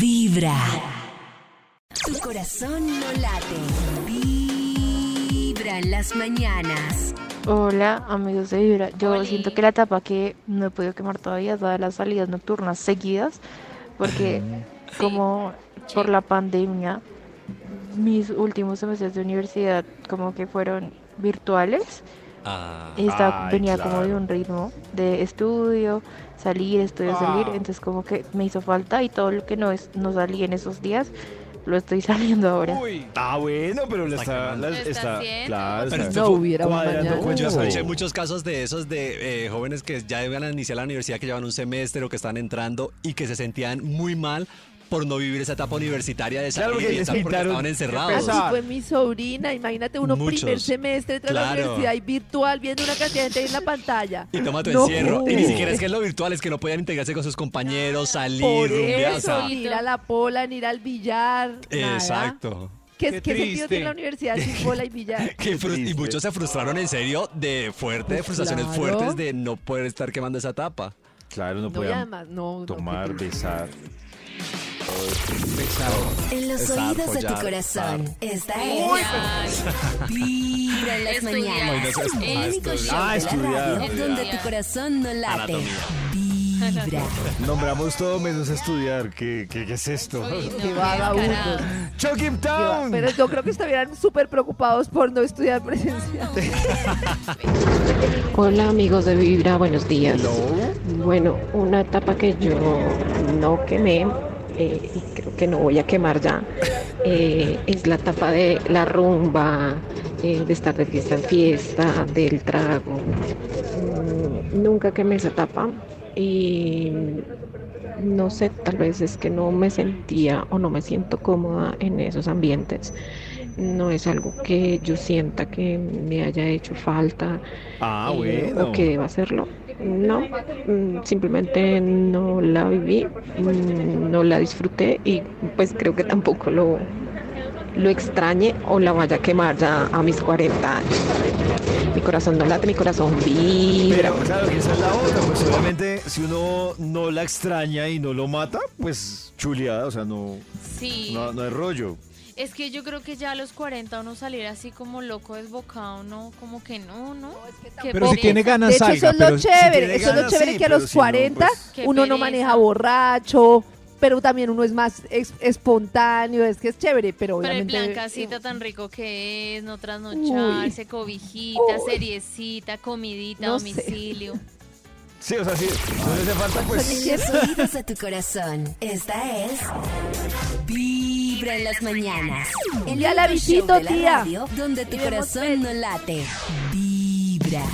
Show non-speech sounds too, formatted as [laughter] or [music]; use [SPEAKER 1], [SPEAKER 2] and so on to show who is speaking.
[SPEAKER 1] Vibra. Tu corazón no late. Vibra en las mañanas.
[SPEAKER 2] Hola amigos de Vibra, yo siento que la etapa que no he podido quemar todavía es la de las salidas nocturnas seguidas, porque
[SPEAKER 3] Mm.
[SPEAKER 2] como por la pandemia, mis últimos semestres de universidad como que fueron virtuales
[SPEAKER 4] Ah,
[SPEAKER 2] y estaba-
[SPEAKER 3] Ay,
[SPEAKER 2] venía como de
[SPEAKER 3] claro.
[SPEAKER 2] un ritmo de estudio, salir, estudio, salir,
[SPEAKER 3] Ah.
[SPEAKER 2] entonces como que me hizo falta y todo lo que no, es, no salí en esos días, lo estoy [laughs] saliendo ahora.
[SPEAKER 3] Está bueno, pero la
[SPEAKER 4] Está
[SPEAKER 3] está,
[SPEAKER 4] quemando.
[SPEAKER 3] la-
[SPEAKER 5] Lo está
[SPEAKER 3] está-
[SPEAKER 5] haciendo.
[SPEAKER 3] claro,
[SPEAKER 4] Pero
[SPEAKER 3] está
[SPEAKER 4] esto
[SPEAKER 6] No hubiera
[SPEAKER 3] cuadrando
[SPEAKER 6] mañana.
[SPEAKER 3] con-
[SPEAKER 4] Pues Yo escuché muchos casos de esos de eh, jóvenes que ya van a iniciar la universidad, que llevan un semestre o que están entrando y que se sentían muy mal por no vivir esa etapa universitaria de
[SPEAKER 3] Claro,
[SPEAKER 4] salir
[SPEAKER 3] porque
[SPEAKER 4] y estar-
[SPEAKER 3] les
[SPEAKER 4] porque
[SPEAKER 3] quitaron-
[SPEAKER 4] estaban encerrados.
[SPEAKER 3] Pesar.
[SPEAKER 6] Así fue mi sobrina, imagínate uno primer
[SPEAKER 4] Muchos.
[SPEAKER 6] semestre tras la
[SPEAKER 4] Claro.
[SPEAKER 6] universidad y virtual viendo una cantidad de gente ahí en la pantalla.
[SPEAKER 4] Y toma tu
[SPEAKER 6] No.
[SPEAKER 4] encierro. Y ni siquiera es que es lo virtual, es que no podían integrarse con sus compañeros, salir,
[SPEAKER 6] Por
[SPEAKER 4] rumbear. o
[SPEAKER 6] eso,
[SPEAKER 4] sea,
[SPEAKER 6] ni ir a la pola, ni ir al billar. nada.
[SPEAKER 4] Exacto.
[SPEAKER 6] ¿Qué,
[SPEAKER 7] Qué
[SPEAKER 6] qué sentido
[SPEAKER 7] triste.
[SPEAKER 6] tiene la universidad sin bola y
[SPEAKER 4] [laughs]
[SPEAKER 6] billar?
[SPEAKER 4] Que frus- y
[SPEAKER 3] triste.
[SPEAKER 4] muchos se frustraron en serio de fuerte, de
[SPEAKER 6] Pues
[SPEAKER 4] frustraciones
[SPEAKER 6] claro.
[SPEAKER 4] fuertes de no poder estar quemando esa etapa.
[SPEAKER 3] Claro, no
[SPEAKER 6] No, y
[SPEAKER 3] podían
[SPEAKER 6] además, no. no, qué
[SPEAKER 3] tomar,
[SPEAKER 6] triste.
[SPEAKER 3] besar.
[SPEAKER 1] En los
[SPEAKER 4] Besar,
[SPEAKER 1] oídos de tu
[SPEAKER 4] follar,
[SPEAKER 1] corazón. Esta es.
[SPEAKER 5] Ay,
[SPEAKER 1] Vibra en las
[SPEAKER 5] Estudiar.
[SPEAKER 1] mañanas.
[SPEAKER 4] Bueno, eso es-
[SPEAKER 1] El
[SPEAKER 4] ah,
[SPEAKER 1] único
[SPEAKER 4] estudiar.
[SPEAKER 1] show
[SPEAKER 3] Ah,
[SPEAKER 1] de la radio
[SPEAKER 3] estudiar.
[SPEAKER 1] donde tu corazón no late.
[SPEAKER 4] Anatomía.
[SPEAKER 1] Vibra.
[SPEAKER 3] Nombramos todo menos estudiar. ¿Qué, qué, qué es esto?
[SPEAKER 5] uy, no,
[SPEAKER 6] Qué vagabundos.
[SPEAKER 5] descarados.
[SPEAKER 3] Choking
[SPEAKER 6] Qué va-
[SPEAKER 3] Town.
[SPEAKER 6] Pero yo creo que estarían súper preocupados por no estudiar presencial.
[SPEAKER 8] Hola amigos de Vibra, buenos días. Bueno, una etapa que yo no quemé eh, y creo que no voy a quemar ya eh, es la etapa de la rumba, eh, de estar de fiesta en fiesta, del trago. Mm, Nunca quemé esa etapa y no sé, tal vez es que no me sentía o no me siento cómoda en esos ambientes. No es algo que yo sienta que me haya hecho falta
[SPEAKER 3] Ah,
[SPEAKER 8] eh,
[SPEAKER 3] bueno.
[SPEAKER 8] o que deba hacerlo. No, mm, simplemente no la viví, mm, no la disfruté y pues creo que tampoco lo, lo extrañe o la vaya a quemar ya a mis 40 años. Mi corazón no late, mi corazón vibra.
[SPEAKER 3] Pero claro que esa es la otra, pues obviamente si uno no la extraña y no lo mata, pues chuleada, o sea, no,
[SPEAKER 5] Sí.
[SPEAKER 3] no, no es rollo.
[SPEAKER 5] Es que yo creo que ya a los 40 uno salir así como loco desbocado, no, como que no, no. Qué
[SPEAKER 7] Pero si
[SPEAKER 5] pereza.
[SPEAKER 7] tiene
[SPEAKER 6] De
[SPEAKER 7] ganas,
[SPEAKER 6] hecho, eso
[SPEAKER 7] salga.
[SPEAKER 6] es
[SPEAKER 7] Pero
[SPEAKER 6] lo
[SPEAKER 7] si
[SPEAKER 6] chévere.
[SPEAKER 3] tiene
[SPEAKER 6] eso es lo
[SPEAKER 3] ganas,
[SPEAKER 6] chévere
[SPEAKER 3] sí,
[SPEAKER 6] que a
[SPEAKER 3] pero
[SPEAKER 6] los
[SPEAKER 3] si no,
[SPEAKER 6] 40
[SPEAKER 3] pues-
[SPEAKER 5] Qué
[SPEAKER 6] uno no
[SPEAKER 5] pereza.
[SPEAKER 6] maneja borracho, pero también uno es más ex- espontáneo. Es que es chévere, pero
[SPEAKER 5] Pero el
[SPEAKER 6] obviamente.
[SPEAKER 5] blancacita
[SPEAKER 6] eh,
[SPEAKER 5] tan rico que es, no trasnocharse, cobijita, seriecita, comidita,
[SPEAKER 6] No
[SPEAKER 5] domicilio.
[SPEAKER 3] Sí, o sea, sí, no le hace falta,
[SPEAKER 1] En
[SPEAKER 3] pues...
[SPEAKER 1] los oídos de tu corazón. Esta es. Vibra en las mañanas. El
[SPEAKER 6] Ya la
[SPEAKER 1] único
[SPEAKER 6] visito,
[SPEAKER 1] show de la
[SPEAKER 6] tía.
[SPEAKER 1] radio donde tu
[SPEAKER 6] Miremos
[SPEAKER 1] corazón no late. Vibra.